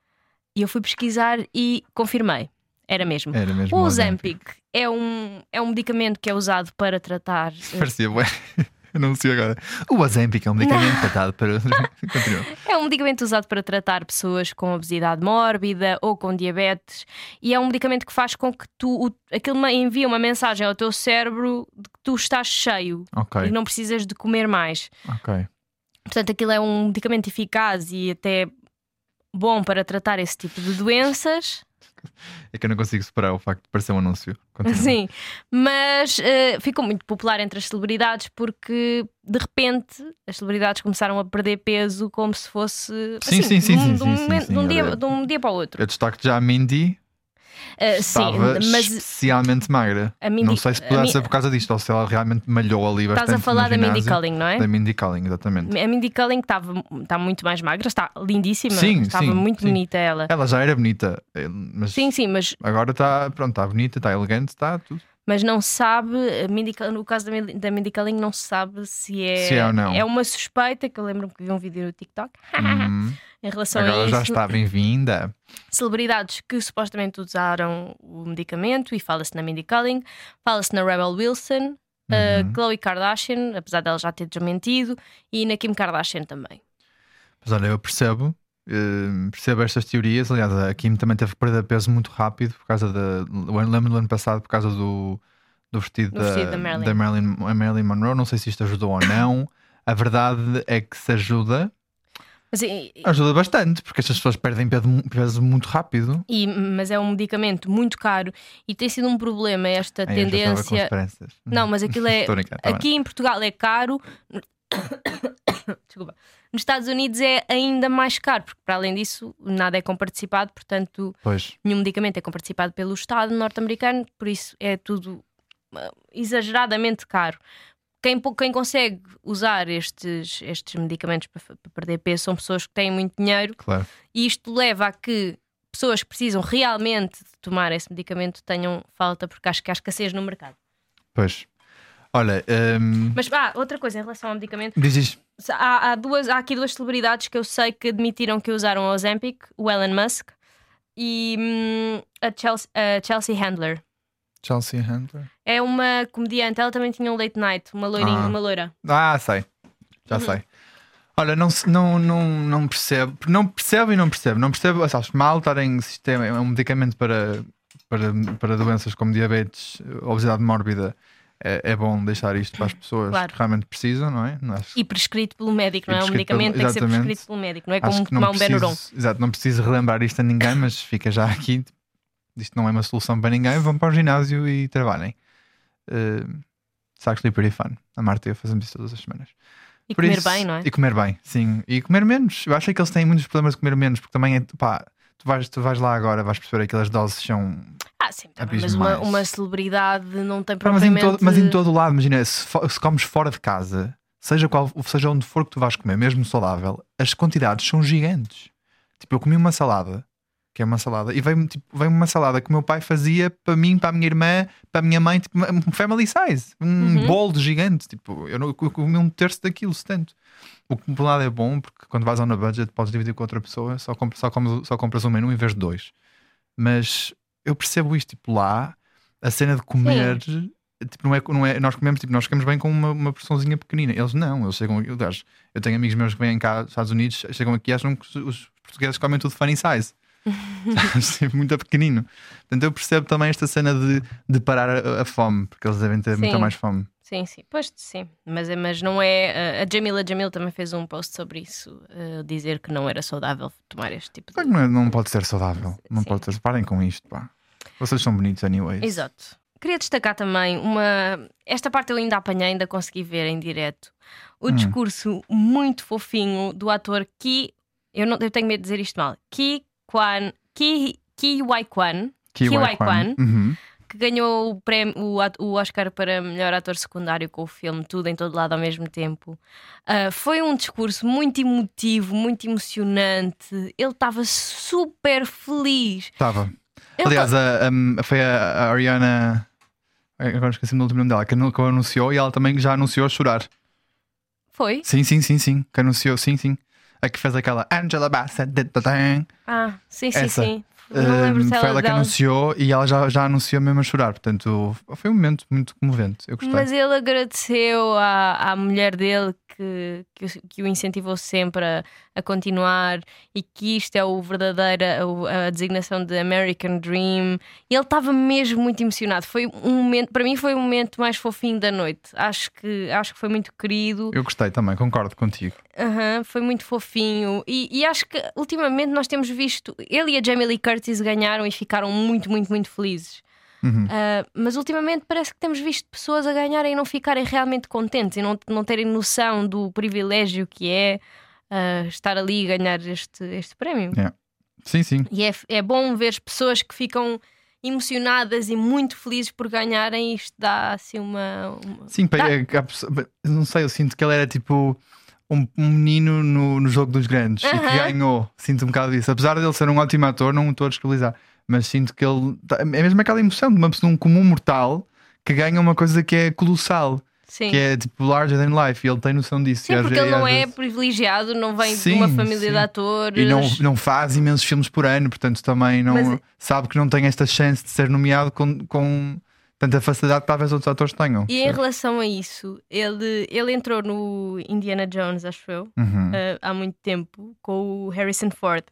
E: E eu fui pesquisar e confirmei: era mesmo.
F: Era É mesmo.
E: o
F: Ozempic.
E: Ozempic é um, é um medicamento que é usado para tratar.
F: Parecia bem. Eu não sei agora. O Ozempic é um medicamento tratado para. Continua.
E: É um medicamento usado para tratar pessoas com obesidade mórbida ou com diabetes e é um medicamento que faz com que tu o, aquilo ma- envia uma mensagem ao teu cérebro de que tu estás cheio e
F: Ok,
E: não precisas de comer mais.
F: ok.
E: Portanto, aquilo é um medicamento eficaz e até bom para tratar esse tipo de doenças.
F: É que eu não consigo superar o facto de parecer um anúncio. Continua.
E: Sim, mas eh, ficou muito popular entre as celebridades porque de repente as celebridades começaram a perder peso como se fosse
F: Sim,
E: assim,
F: sim, sim,
E: de um-
F: sim,
E: de um
F: sim,
E: momento-
F: sim, é
E: de um
F: sim,
E: dia-
F: era-
E: de um dia para o outro.
F: Eu destaco já a Mindy.
E: Ah,
F: estava
E: sim, mas
F: especialmente magra.
E: a Mindy-
F: não sei se
E: a
F: poderá
E: Mi-
F: ser por causa disto ou se ela realmente malhou ali bastante.
E: estás a falar
F: no
E: da Mindy
F: ginásio.
E: Colling, não é?
F: Da Mindy Kaling, exatamente.
E: A Mindy Colling estava está muito mais magra, está lindíssima,
F: Sim,
E: estava
F: sim,
E: muito
F: sim.
E: bonita ela.
F: Ela já era bonita, eh, mas
E: Sim, sim, mas,
F: agora está pronto, está bonita, está elegante, está tudo.
E: mas não se sabe, a Mindy Col- no caso da Mindy, da Mindy Colling, não se sabe se é,
F: Se é ou não.
E: é uma suspeita, que eu lembro-me que vi um vídeo no TikTok
F: Hum,
E: em relação a
F: agora
E: isso.
F: já está bem-vinda.
E: celebridades que supostamente usaram o medicamento, e fala-se na Mindy Kaling, fala-se na Rebel Wilson, a
F: Uhum.
E: Khloe Kardashian, apesar dela já ter desmentido, e na Kim Kardashian também.
F: Mas olha, eu percebo, eh, percebo estas teorias. Aliás, a Kim também teve perda de peso muito rápido por causa da. eu Lembro do ano passado por causa do, do vestido,
E: Do vestido da Marilyn.
F: da Marilyn, a Marilyn Monroe. Não sei se isto ajudou ou não. A verdade é que se ajuda,
E: Mas, e- e-
F: ajuda bastante, porque estas pessoas perdem peso mu- peso muito rápido.
E: e- mas é um medicamento muito caro e tem sido um problema esta
F: Ai, eu já estava com
E: tendência.
F: esperanças.
E: Não, mas aquilo é.
F: Estou a brincar, tá bem.
E: aqui em Portugal é caro. Desculpa. Nos Estados Unidos é ainda mais caro, porque para além disso nada é comparticipado, portanto
F: Pois,
E: nenhum medicamento é comparticipado pelo Estado norte-americano, por isso é tudo ah, exageradamente caro. Quem, po- quem consegue usar estes, estes medicamentos para, fa- para perder peso são pessoas que têm muito dinheiro
F: claro.
E: e isto leva a que pessoas que precisam realmente de tomar esse medicamento tenham falta porque acho que há escassez no mercado.
F: Pois. Olha, hum,
E: Mas ah, outra coisa em relação ao medicamento,
F: diz isto.
E: Se- há, há duas, há aqui duas celebridades que eu sei que admitiram que usaram o Ozempic, o Elon Musk e hum, a, Chelsea, a Chelsea Handler.
F: Chelsea Handler.
E: É uma comediante, ela também tinha um late night, uma loirinha,
F: Ah.
E: uma loira.
F: Ah, sei. Já
E: Uhum.
F: sei. Olha, não, se- não, não, não percebo. Não percebo e não percebo. Não percebo. ou seja, Acho mal estar em sistema. É um medicamento para, para, para doenças como diabetes, obesidade mórbida. É, é bom deixar isto para as pessoas
E: Claro.
F: que realmente precisam, não é? Não acho
E: E prescrito pelo médico,
F: E
E: não é? Um
F: prescrito pelo-
E: medicamento tem que ser
F: exatamente.
E: prescrito pelo médico, não é
F: Acho
E: como
F: que não
E: tomar um Benuron.
F: preciso, exato, não preciso relembrar isto a ninguém, mas fica já aqui. Isto não é uma solução para ninguém. Vão para o ginásio e trabalhem. Uh, it's actually pretty fun. A Marta e eu fazemos isso todas as semanas.
E: E
F: Por
E: comer
F: isso-
E: bem, não é?
F: E comer bem, sim. E comer menos. Eu acho é que eles têm muitos problemas de comer menos, porque também é. Pá, tu vais, tu vais lá agora, vais perceber que aquelas doses são.
E: Ah, sim, tá bem, mas uma,
F: abismais.
E: uma celebridade não tem
F: Pá, mas, em
E: propriamente.
F: todo, mas em todo o lado, imagina, se, fo- se comes fora de casa, seja, qual, seja onde for que tu vais comer, mesmo saudável, as quantidades são gigantes. Tipo, eu comi uma salada, que é uma salada, e veio-me tipo, veio uma salada que o meu pai fazia para mim, para a minha irmã, para a minha mãe, tipo, um family size, um
E: Uhum.
F: bolo gigante. Tipo, eu, não, eu comi um terço daquilo, se tanto. O que por um lado é bom, porque quando vais ao no budget podes dividir com outra pessoa, só, comp só, comes- só compras um menu em vez de dois. Mas eu percebo isto, tipo, lá, a cena de comer, tipo, não é, não é, nós comemos, tipo, nós ficamos bem com uma, uma porçãozinha pequenina. Eles não, eles chegam aqui, aliás, eu tenho amigos meus que vêm cá dos Estados Unidos, chegam aqui e acham que os- os portugueses comem tudo funny size. Sempre muito pequenino. Portanto, eu percebo também esta cena de, de parar a, a fome, porque eles devem ter muita
E: Sim.
F: mais fome.
E: Sim, sim, pois sim. Mas, é- mas não é. A Jamila Jamil também fez um post sobre isso, a dizer que não era saudável tomar este tipo de.
F: Claro que não, é- não pode ser saudável. Não
E: Sim.
F: pode ser. Parem com isto, pá. Vocês são bonitos, anyways.
E: Exato. Queria destacar também uma. Esta parte eu ainda apanhei, ainda consegui ver em direto. O discurso muito fofinho do ator Ki. Eu, não, eu tenho medo de dizer isto mal. Ki Kwan. Ki, Ki Wai Kwan, Kiwi Kwan.
F: Uhum.
E: que ganhou o, prémio, o, at- o Oscar para melhor ator secundário com o filme Tudo em Todo Lado ao mesmo tempo. Ah, foi um discurso muito emotivo, muito emocionante. Ele estava super feliz.
F: Estava.
E: Ele
F: Aliás, a- a- foi a, a Ariana. Agora esqueci-me do último nome dela, que, anu- que anunciou e ela também já anunciou a chorar.
E: Foi?
F: Sim, sim, sim, sim. Que anunciou, sim, sim. A que fez aquela Angela Bassett. da- da- da-
E: Ah, sim, sim,
F: Essa.
E: sim. Não lembro se
F: Ahm, foi
E: ela
F: ela que
E: dela.
F: anunciou e ela já, já anunciou mesmo a chorar. Portanto, foi um momento muito comovente. Eu gostei.
E: Mas ele agradeceu à, à mulher dele que, que, o- que o incentivou sempre a, a continuar e que isto é o verdadeira o- a designação de American Dream. E ele estava mesmo muito emocionado. Foi um momento, para mim foi o momento mais fofinho da noite. Acho que acho que foi muito querido.
F: Eu gostei também, concordo contigo.
E: Aham, foi muito fofinho. E, e acho que ultimamente nós temos visto. Ele e a Jamie Lee Curtis ganharam e ficaram muito, muito, muito felizes.
F: Uhum.
E: Ah, mas ultimamente parece que temos visto pessoas a ganharem e não ficarem realmente contentes e não, não terem noção do privilégio que é ah, estar ali e ganhar este, este prémio.
F: Sim, sim.
E: E é, é bom ver pessoas que ficam emocionadas e muito felizes por ganharem. Isto dá assim uma. uma-
F: Sim, pa-
E: Dá-
F: é que há pessoa- pa- não sei, eu sinto que ele era tipo um, um menino no, no jogo dos grandes e que
E: Aham.
F: ganhou. Sinto um bocado disso. Apesar dele ser um ótimo ator, não o estou a descredibilizar, mas sinto que ele tá- é mesmo aquela emoção de uma pessoa, um comum mortal que ganha uma coisa que é colossal,
E: Sim.
F: que é tipo larger than life, e ele tem noção disso. E
E: Sim,
F: às
E: porque
F: ve-
E: ele
F: e às
E: não é
F: vezes-
E: privilegiado, não vem
F: Sim,
E: de uma família
F: sim.
E: de atores.
F: E não, não faz imensos filmes por ano, portanto também não
E: Mas- é-
F: sabe que não tem esta chance de ser nomeado com, com tanta facilidade que talvez outros atores tenham.
E: E é em relação a isso, ele, ele entrou no Indiana Jones, acho eu,
F: Uhum.
E: eh, há muito tempo, com o Harrison Ford.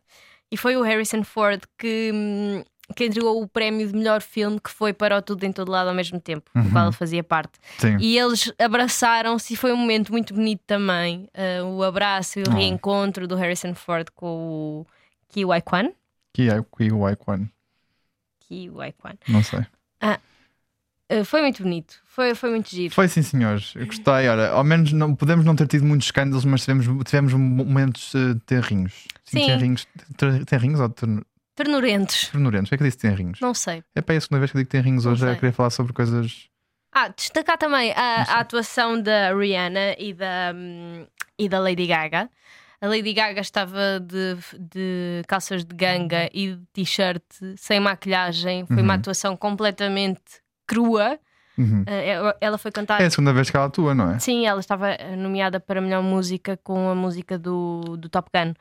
E: E foi o Harrison Ford que hum, que entregou o prémio de melhor filme que foi para o Tudo em Todo Lado ao mesmo tempo, do
F: Uhum. Hum.
E: qual ele fazia parte.
F: Sim.
E: E eles abraçaram-se e foi um momento muito bonito também. Ah, o abraço e o
F: Oh.
E: reencontro do Harrison Ford com o Kiwai Kwan.
F: Que é que o Icon,
E: Kiwai Kwan.
F: não sei.
E: Ah, foi muito bonito, foi, foi muito giro.
F: Foi sim, senhores. Eu gostei. Ora, ao menos não, podemos não ter tido muitos escândalos, mas tivemos, tivemos momentos eh, tenrinhos.
E: Sim.
F: Tenrinhos, ter- tenrinhos ou tern-
E: Ternurentos,
F: ternurentos? O que é que eu disse tenrinhos?
E: não sei.
F: É para a segunda vez que eu digo tenrinhos
E: Não
F: hoje. Eu
E: sei.
F: queria falar sobre coisas.
E: Ah, destacar também a, a atuação da Rihanna e da, hum, e da Lady Gaga. A Lady Gaga estava de, de calças de ganga e de t-shirt, sem maquilhagem. Foi uma
F: Uhum.
E: atuação completamente crua.
F: Uhum.
E: Eh, ela- Ela foi cantar.
F: É a segunda vez que ela atua, não é?
E: Sim, ela estava eh, nomeada para melhor música com a música do, do Top Gun.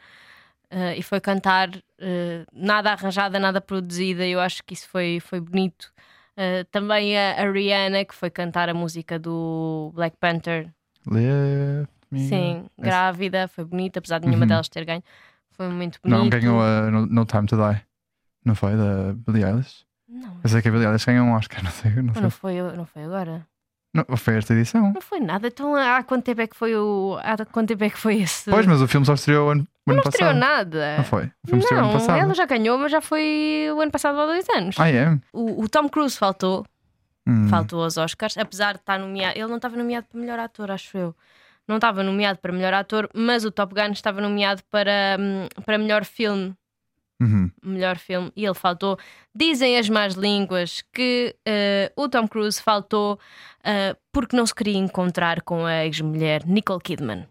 E: Eh, e foi cantar eh, nada arranjada, nada produzida. Eu acho que isso foi, foi bonito. Eh, também a, a Rihanna, que foi cantar a música do Black Panther.
F: Lift me up.
E: Sim,
F: Essa.
E: grávida, foi bonita, apesar de nenhuma
F: Uhum.
E: delas ter ganho. Foi muito bonito.
F: Não ganhou a no, No Time to Die. Não foi? Da Billie Eilish?
E: Não,
F: Eu sei que a Billie Eilish ganhou um Oscar, não sei. Não, sei.
E: não foi, não foi agora.
F: Não, foi esta edição.
E: Não foi nada. Então há quanto tempo é que foi o. Há quanto tempo é que foi esse?
F: Pois, mas o filme só estreou ano, ano
E: não
F: passado.
E: estreou nada.
F: Não foi? O filme estreou ano
E: Não,
F: passado.
E: ela já ganhou, mas já foi o ano passado há dois anos.
F: Ah, é?
E: O, o Tom Cruise faltou,
F: Hum.
E: faltou aos Oscars, apesar de estar nomeado. Ele não estava nomeado para melhor ator, acho eu. Não estava nomeado para melhor ator, mas o Top Gun estava nomeado para, hum, para melhor filme.
F: Uhum.
E: Melhor filme, e ele faltou. Dizem as más línguas que eh, o Tom Cruise faltou eh, porque não se queria encontrar com a ex-mulher Nicole Kidman.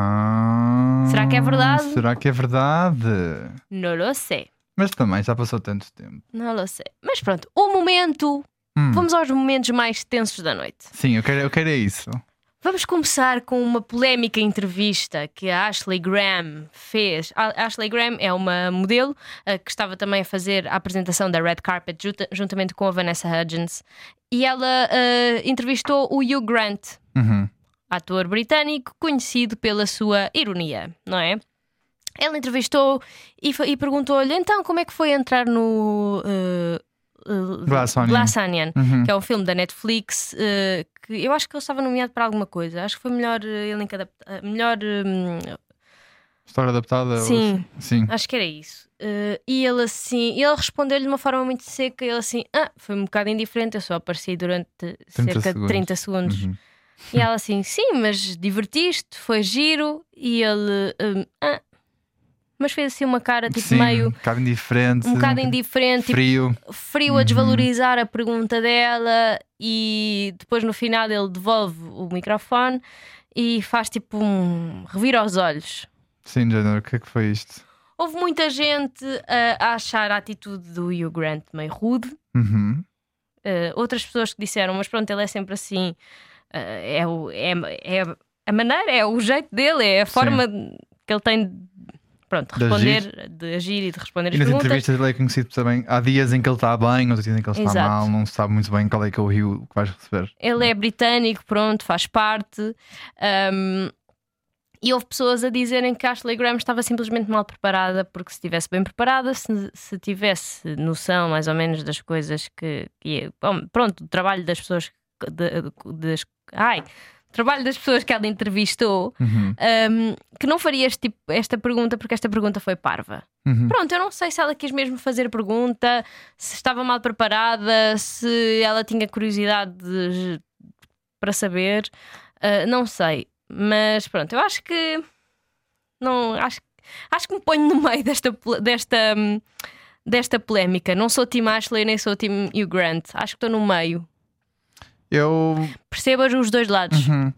F: Ah,
E: Será que é verdade?
F: Será que é verdade?
E: Não lo sei,
F: Mas também já passou tanto tempo.
E: não lo sei. Mas pronto, o momento.
F: Hum.
E: Vamos aos momentos mais tensos da noite.
F: Sim, eu quero, eu quero é isso.
E: Vamos começar com uma polémica entrevista que a Ashley Graham fez. A Ashley Graham é uma modelo eh, que estava também a fazer a apresentação da Red Carpet junta- juntamente com a Vanessa Hudgens. E ela eh, entrevistou o Hugh Grant,
F: Uhum.
E: ator britânico conhecido pela sua ironia, não é? Ela entrevistou e, fa- e perguntou-lhe então como é que foi entrar no eh, eh,
F: Glass Onion.
E: Glass Onion
F: Uhum.
E: que é um filme da Netflix eh, que eu acho que ele estava nomeado para alguma coisa. Acho que foi melhor eh, elenco adaptado. Melhor. hum,
F: História adaptada. ou-
E: sim,
F: Sim.
E: acho que era isso. Eh, e ele assim, ele respondeu-lhe de uma forma muito seca. Ele assim, ah, foi um bocado indiferente. Eu só apareci durante cerca de
F: segundos.
E: 30 segundos.
F: Uhum.
E: E ela assim, sim, mas divertiste, foi giro. E ele, hum, ah, mas fez assim uma cara tipo
F: Sim,
E: meio.
F: Um bocado indiferente.
E: Um bocado indiferente, tipo,
F: Frio.
E: frio
F: Uhum.
E: a desvalorizar a pergunta dela e depois no final ele devolve o microfone e faz tipo um revira aos olhos.
F: Sim, Jana, o que é que foi isto?
E: Houve muita gente eh, a achar a atitude do Hugh Grant meio rude,
F: Uhum.
E: Eh, outras pessoas que disseram, mas pronto, ele é sempre assim, Eh, é, o, é, é a maneira, é o jeito dele, é a forma que ele tem de, pronto,
F: De agir.
E: responder, de agir e de responder
F: E
E: as
F: nas
E: perguntas.
F: entrevistas ele é conhecido também. Há dias em que ele está bem, outros dias em que ele está
E: Exato.
F: mal, não se sabe muito bem qual é que é o rio que vais receber.
E: Ele é britânico, pronto, faz parte. Um, e houve pessoas a dizerem que Ashley Graham estava simplesmente mal preparada, porque se estivesse bem preparada, se, se tivesse noção mais ou menos das coisas que. que- é, bom, pronto, do trabalho das pessoas. que- de- de- das, ai! do Trabalho das pessoas que ela entrevistou,
F: Uhum.
E: um, que não faria este tipo- esta pergunta, porque esta pergunta foi parva.
F: Uhum.
E: Pronto, eu não sei se ela quis mesmo fazer a pergunta, se estava mal preparada, se ela tinha curiosidade de- para saber, ah, não sei. Mas pronto, eu acho que não acho, acho que me ponho no meio desta pol- desta hum, desta polémica. Não sou Tim Ashley nem sou Tim Hugh Grant. Acho que estou no meio.
F: Eu.
E: Percebas os dois lados.
F: Uhum.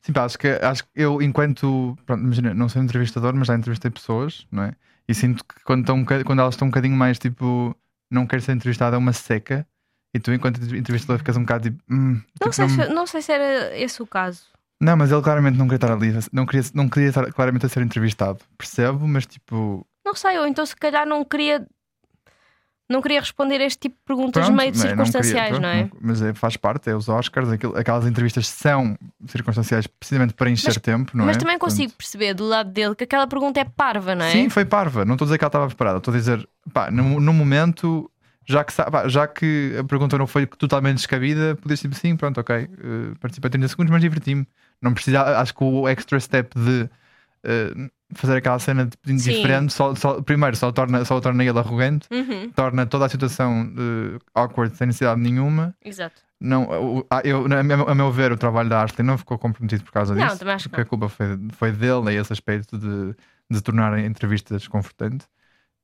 F: Sim, pá, acho que, acho que eu, enquanto. Pronto, imagina, não sou entrevistador, mas já entrevistei pessoas, não é? E sinto que quando, estão um boca- quando elas estão um bocadinho mais tipo. Não quero ser entrevistada, é uma seca. E tu, enquanto entrevistador, ficas um bocado tipo. hum,
E: Não,
F: tipo,
E: sei
F: não-
E: se, não sei se era esse o caso.
F: Não, mas ele claramente não queria estar ali, não queria, não queria estar claramente a ser entrevistado. Percebo, mas tipo,
E: Não sei, ou então se calhar não queria. não queria responder a este tipo de perguntas
F: Pronto,
E: meio
F: não é, não queria-
E: circunstanciais,
F: pronto,
E: não é?
F: mas é, faz parte, é os Oscars, aquilo- aquelas entrevistas são circunstanciais precisamente para encher
E: Mas-
F: tempo, não
E: Mas
F: é?
E: também
F: Portanto,
E: consigo perceber do lado dele que aquela pergunta é parva, não é?
F: Sim, foi parva. Não estou a dizer que ela estava preparada. Estou a dizer, pá, no, no momento, já que, sa- pá, já que a pergunta não foi totalmente descabida, podias tipo, sim, pronto, ok. eh, participei 30 segundos, mas diverti-me. Não precisa, acho que o extra step de eh, fazer aquela cena de pedindo
E: Sim.
F: diferente, só, só- primeiro, só torna, só torna ele arrogante,
E: Uhum,
F: torna toda a situação eh, awkward sem necessidade nenhuma.
E: exato.
F: Não, o- a- eu, a meu- a meu ver, o trabalho da Ashley não ficou comprometido por causa
E: Não,
F: disso.
E: também acho que
F: porque a culpa foi, foi dele a esse aspecto de, de tornar a entrevista desconfortante.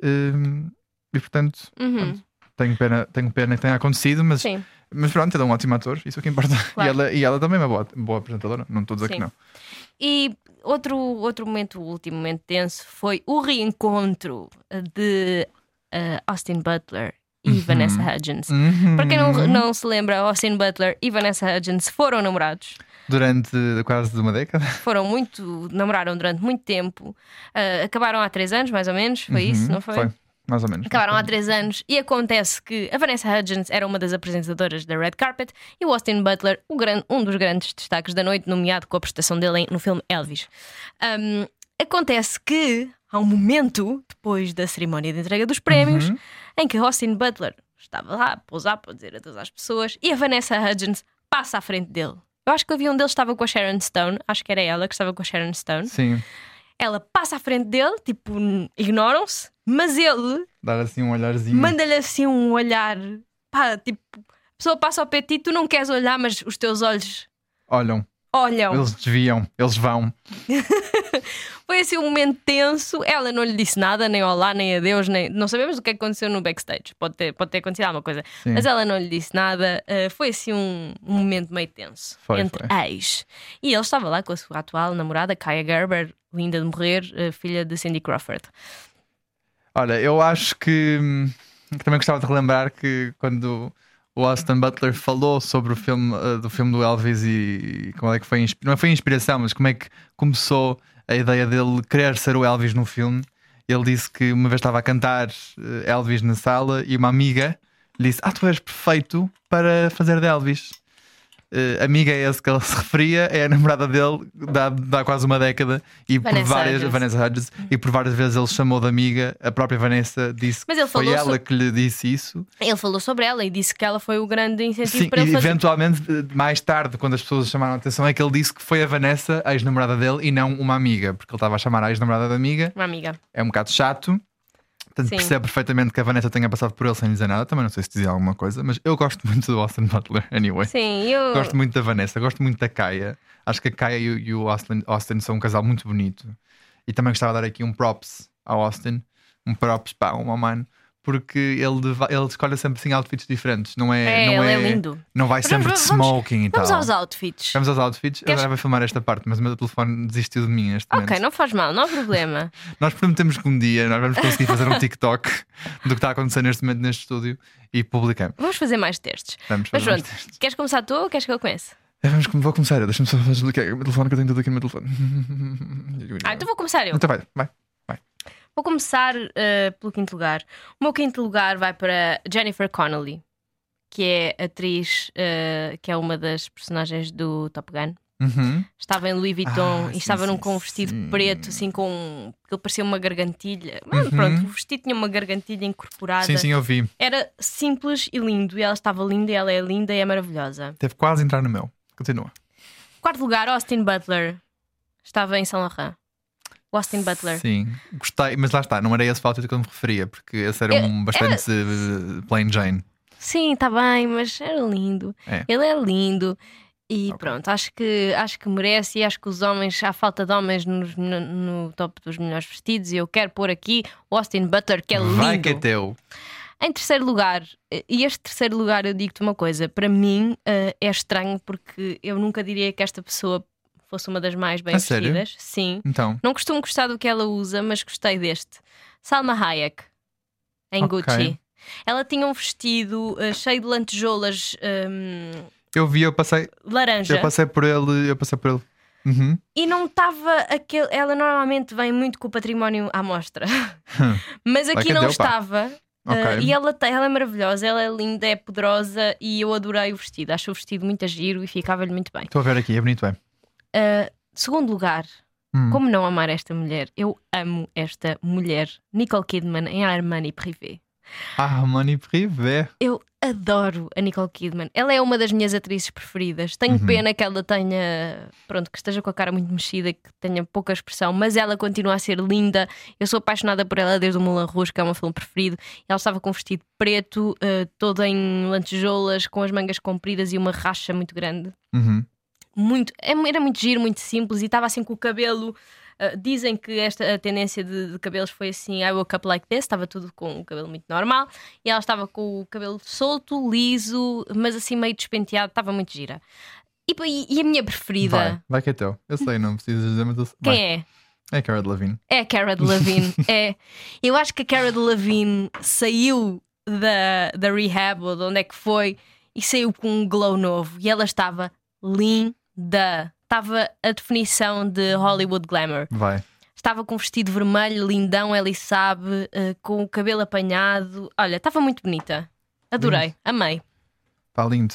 F: Hum, e portanto,
E: Uhum,
F: tenho pena, tenho pena que tenha acontecido, mas,
E: Sim,
F: mas pronto, ele é um ótimo ator, isso é o que importa.
E: Claro.
F: E, ela, e ela também é uma boa, boa apresentadora, não estou a dizer
E: sim.
F: que não.
E: E outro, outro momento, o último momento tenso, foi o reencontro de eh, Austin Butler e
F: Uhum.
E: Vanessa Hudgens. Para quem não,
F: Hum,
E: não se lembra, Austin Butler e Vanessa Hudgens foram namorados.
F: Durante quase uma década.
E: Foram muito. namoraram durante muito tempo. Ah, acabaram há três anos, mais ou menos, foi isso,
F: Uhum,
E: não foi?
F: mais ou menos.
E: Acabaram há três anos e acontece que a Vanessa Hudgens era uma das apresentadoras da Red Carpet e o Austin Butler, o gran- um dos grandes destaques da noite, nomeado com a prestação dele em- no filme Elvis. Ahm, acontece que há um momento, depois da cerimónia de entrega dos prémios, em que Austin Butler estava lá a pousar para dizer adeus às pessoas e a Vanessa Hudgens passa à frente dele. Eu acho que havia um deles estava com a Sharon Stone, acho que era ela que estava com a Sharon Stone.
F: Sim,
E: Ela passa à frente dele, tipo, n- ignoram-se, mas ele
F: dar assim um olharzinho.
E: manda-lhe assim um olhar. Pá, tipo, a pessoa passa ao pé de ti, tu não queres olhar, mas os teus olhos
F: Olham,
E: olham.
F: eles desviam, eles vão.
E: Foi assim um momento tenso. Ela não lhe disse nada, nem olá, nem adeus, nem. Não sabemos o que é que aconteceu no backstage. Pode ter, pode ter acontecido alguma coisa.
F: Sim.
E: Mas ela não lhe disse nada. Ah, foi assim um, um momento meio tenso
F: Foi,
E: entre ex. E ele estava lá com a sua atual namorada, Kaya Gerber, linda de morrer, ah, filha de Cindy Crawford.
F: Olha, eu acho que, hum, que também gostava de relembrar que quando o Austin Butler falou sobre o filme eh, do filme do Elvis e como é que foi inspi- não foi inspiração, mas como é que começou a ideia dele querer ser o Elvis no filme. Ele disse que uma vez estava a cantar eh, Elvis na sala e uma amiga lhe disse: Ah, tu és perfeito para fazer de Elvis. Eh, amiga é esse que ele se referia, é a namorada dele, dá, dá quase uma década, e por
E: Vanessa
F: várias,
E: Hudgens.
F: Vanessa Hudgens, e por várias vezes ele chamou de amiga, a própria Vanessa disse
E: Mas
F: que
E: ele
F: foi
E: falou
F: ela
E: so-
F: que lhe disse isso.
E: Ele falou sobre ela e disse que ela foi o grande incentivo
F: Sim,
E: para ele
F: e
E: fazer.
F: eventualmente, eh, mais tarde, quando as pessoas chamaram a atenção, é que ele disse que foi a Vanessa, a ex-namorada dele, e não uma amiga, porque ele estava a chamar a ex-namorada da amiga,
E: Uma amiga.
F: é um bocado chato. Portanto,
E: Sim.
F: percebe perfeitamente que a Vanessa tenha passado por ele sem dizer nada. Também não sei se dizia alguma coisa, mas eu gosto muito do Austin Butler, anyway.
E: Sim, eu.
F: Gosto muito da Vanessa, gosto muito da Kaia. Acho que a Kaia e, o- e o Austin, Austin são um casal muito bonito. E também gostava de dar aqui um props ao Austin, um props para um mano, porque ele, deva- ele escolhe sempre assim outfits diferentes. Não é,
E: É,
F: não
E: ele é lindo.
F: Não vai
E: Mas
F: sempre de
E: vamos-
F: smoking e
E: Vamos
F: tal.
E: aos outfits.
F: Vamos aos outfits. Eu
E: Queres-
F: adorava filmar esta parte, mas o meu telefone desistiu de mim neste
E: Ok,
F: momento.
E: não faz mal, não há problema.
F: Nós prometemos que um dia nós vamos conseguir fazer um TikTok do que está a acontecer neste momento neste estúdio e publicamos.
E: Vamos fazer mais testes.
F: Vamos
E: Mas
F: fazer
E: pronto,
F: uns testes.
E: queres começar tu ou queres que eu comece?
F: É, Vamos, vou começar, eu. deixa-me só desligar o meu telefone que eu tenho tudo aqui no meu telefone.
E: Ah, então vou começar eu.
F: Então vai, vai.
E: Vou começar eh, pelo quinto lugar. O meu quinto lugar vai para Jennifer Connelly, que é atriz, eh, que é uma das personagens do Top Gun.
F: Uhum.
E: Estava em Louis Vuitton
F: Ah,
E: e
F: sim,
E: estava num
F: sim,
E: com um vestido
F: sim.
E: preto, assim com. um- Ele parecia uma gargantilha. Mas pronto, o vestido tinha uma gargantilha incorporada.
F: Uhum. Sim, sim, eu vi.
E: Era simples e lindo. E ela estava linda, e ela é linda e é maravilhosa.
F: Teve quase a entrar no meu. Continua.
E: Quarto lugar, Austin Butler. Estava em Saint Laurent. O Austin Butler.
F: Sim, gostei, mas lá está, não era esse o outfit que eu me referia, porque esse era um bastante eh, plain Jane.
E: Sim, está bem, mas era lindo.
F: É.
E: Ele é lindo. E pronto, acho que, acho que merece e acho que os homens, há falta de homens nos- no, no top dos melhores vestidos. E eu quero pôr aqui o Austin Butler, que é lindo.
F: Vai que é teu.
E: Em terceiro lugar, e este terceiro lugar eu digo-te uma coisa, para mim eh, é estranho porque eu nunca diria que esta pessoa fosse uma das mais bem
F: A sério?
E: vestidas. Sim.
F: Então,
E: Não costumo gostar do que ela usa, mas gostei deste. Salma Hayek, em
F: Ok.
E: Gucci. Ela tinha um vestido eh, cheio de lantejoulas hum,
F: eu vi, eu passei,
E: laranja
F: eu passei por ele, eu passei por ele. Uhum.
E: e não estava aquele. Ela normalmente vem muito com o património à mostra, mas aqui
F: Like a
E: não
F: Deus, pá.
E: estava.
F: Ok.
E: Ah, e ela, tem- ela é maravilhosa, ela é linda, é poderosa e eu adorei o vestido. Acho o vestido muito a giro e ficava-lhe muito bem.
F: Estou a ver aqui, é bonito, é.
E: Ah, segundo lugar,
F: Hum.
E: como não amar esta mulher? Eu amo esta mulher, Nicole Kidman, em Armani Privé.
F: Armani Ah, Privé.
E: Eu adoro a Nicole Kidman. Ela é uma das minhas atrizes preferidas. Tenho pena que ela tenha, pronto, que esteja com a cara muito mexida, que tenha pouca expressão, mas ela continua a ser linda. Eu sou apaixonada por ela desde o Moulin Rouge, que é o meu filme preferido. Ela estava com um vestido preto, eh, toda em lantejoulas, com as mangas compridas e uma racha muito grande.
F: Uhum.
E: Muito, é- era muito giro, muito simples e estava assim com o cabelo. eh, dizem que esta a tendência de, de cabelos foi assim: I woke up like this, estava tudo com o cabelo muito normal e ela estava com o cabelo solto, liso, mas assim meio despenteado, estava muito gira. E, pá, e- e a minha preferida,
F: Vai, vai que é teu. Eu sei, não precisas dizer, mas eu sei.
E: quem
F: Vai.
E: é?
F: É Cara Levine.
E: É a Cara Delevingne. é. Eu acho que a Cara Delevingne saiu da, da rehab ou de onde é que foi e saiu com um glow novo. E ela estava linda. Estava a definição de Hollywood glamour.
F: Vai.
E: Estava com um vestido vermelho, lindão, ela e sabe, eh, com o cabelo apanhado. Olha, estava muito bonita.
F: Uhum.
E: Adorei, amei.
F: Está Tá lindo.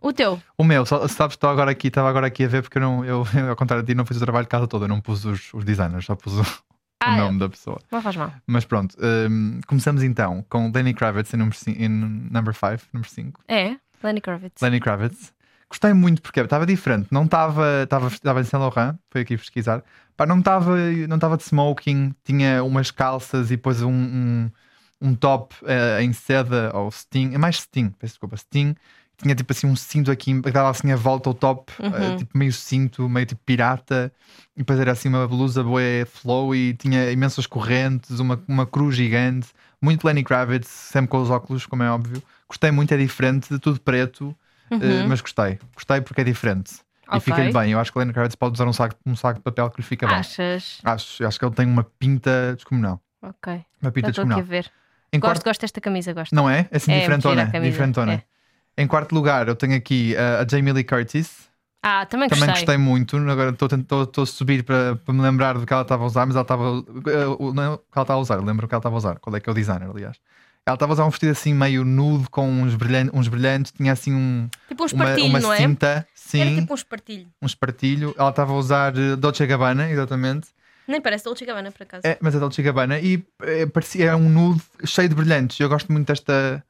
E: O teu?
F: O meu, só- sabes, estou agora aqui, estava agora aqui a ver porque eu não, eu, eu, ao contrário de ti, não fiz o trabalho de casa todo, eu não pus os, os designers, só pus o, o
E: Ah,
F: nome da pessoa.
E: não faz mal.
F: Mas pronto, hum, começamos então com Lenny Kravitz em número 5, número 5.
E: É, Lenny Kravitz.
F: Lenny Kravitz. Gostei muito porque estava diferente, não estava estava estava em Saint Laurent, fui aqui pesquisar. Pá, não estava não estava de smoking, tinha umas calças e depois um, um, um top eh, em seda ou steam, é mais steam, peço desculpa, steam. Tinha tipo assim um cinto aqui em- que dava assim a volta ao top, eh,
E: Uhum.
F: tipo meio cinto, meio tipo pirata. E depois era assim uma blusa boé flow e tinha imensas correntes, uma, uma cruz gigante, muito Lenny Kravitz, sempre com os óculos, como é óbvio. Gostei muito, é diferente, tudo preto. Uh, mas gostei, gostei porque é diferente e
E: Uhum. Ok.
F: fica-lhe bem. Eu acho que o Lenny Kravitz pode usar um saco, um saco de papel que lhe fica bem.
E: Achas?
F: Acho, eu acho que ele tem uma pinta descomunal.
E: Ok.
F: Uma
E: Já Estou Tá,
F: pinta
E: aqui a
F: descomunal.
E: ver.
F: Em
E: Gosto,
F: quarto,
E: gosto desta camisa, gosto.
F: não é? É assim,
E: É, muito
F: diferentona.
E: gira a camisa,
F: diferentona. Em quarto lugar, eu tenho aqui uh, a Jamie Lee Curtis.
E: Ah, também
F: Também
E: gostei.
F: gostei muito. Agora estou a tent- estou- estou a subir para, para me lembrar do que ela estava a usar, mas ela estava. uh, o- não é o que ela estava a usar, lembro o que ela estava a usar. Qual é que é o designer, aliás? Ela estava a usar um vestido assim meio nude com uns brilhantes, uns brilhantes tinha assim um,
E: Tipo um
F: uma,
E: espartilho,
F: uma
E: não é?
F: cinta. Sim.
E: Era tipo um espartilho.
F: um espartilho. Ela estava a usar eh, Dolce Gabbana, exatamente.
E: Nem parece Dolce Gabbana, por acaso.
F: É, mas é Dolce Gabbana e eh, parecia era um nude cheio de brilhantes. Eu gosto muito desta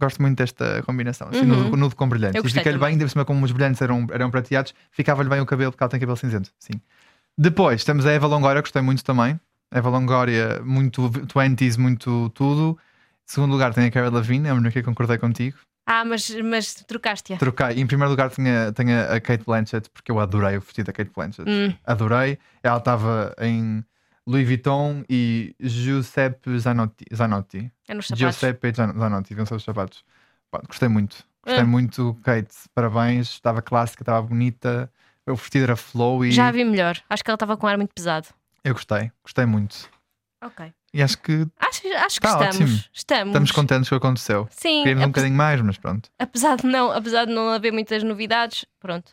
F: gosto muito desta combinação, assim,
E: Uhum.
F: nude, nude com brilhantes.
E: Eu
F: E
E: gostei
F: fica-lhe
E: também.
F: bem, de cima como os brilhantes eram, eram prateados, ficava-lhe bem o cabelo, porque ela tem cabelo cinzento. Sim. Depois temos a Eva Longoria, gostei muito também. Eva Longoria, muito 20s, muito tudo. Em segundo lugar tem a Cara Lavigne, é a única que concordei contigo.
E: Ah, mas, mas trocaste-a.
F: Troquei. Em primeiro lugar tinha, tinha a Kate Blanchett, porque eu adorei o vestido da Kate Blanchett.
E: Hum.
F: Adorei. Ela estava em Louis Vuitton e Giuseppe Zanotti. Zanotti.
E: É nos sapatos.
F: Giuseppe Zan- Zanotti, venceu os sapatos. Pá, gostei muito. Gostei
E: Ah.
F: muito, Kate. Parabéns. Estava clássica, estava bonita. O vestido era flowy.
E: Já a vi melhor. Acho que ela estava com um ar muito pesado.
F: Eu gostei. Gostei muito.
E: Ok.
F: E acho que
E: Acho, acho que
F: Tá
E: estamos.
F: ótimo.
E: Estamos.
F: estamos contentes com o que aconteceu.
E: Sim, é
F: Queríamos um
E: ape-
F: bocadinho mais, mas pronto.
E: apesar, de não, apesar de não haver muitas novidades, pronto.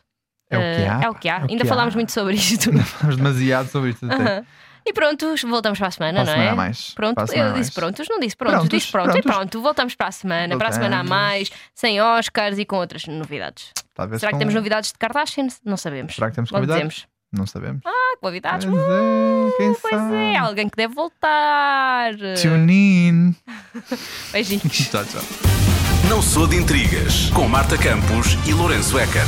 F: É o que
E: Eh,
F: há.
E: é o que há.
F: pá, é o
E: Ainda
F: que
E: falámos
F: há.
E: muito sobre isto.
F: Falámos demasiado sobre isto. até.
E: Aham. E pronto, voltamos para a semana,
F: Para a
E: não
F: semana
E: é?
F: há mais.
E: Pronto,
F: Para a semana
E: eu
F: há
E: disse
F: mais.
E: prontos, não disse prontos,
F: Prontos,
E: disse pronto. E
F: prontos.
E: pronto, voltamos para a semana. Para a semana há
F: Voltamos.
E: mais, sem Oscars e com outras novidades.
F: Talvez
E: Será que
F: com-
E: temos novidades de Kardashian? Não sabemos.
F: Será que temos
E: Logo
F: convidados?
E: dizemos.
F: Não sabemos.
E: Ah, que novidades.
F: Pois é, quem
E: Pois é,
F: sabe?
E: alguém que deve voltar.
F: Tune in.
E: Beijinhos.
F: Tchau, tchau.
D: Não sou de intrigas com Marta Campos e Lourenço Eker.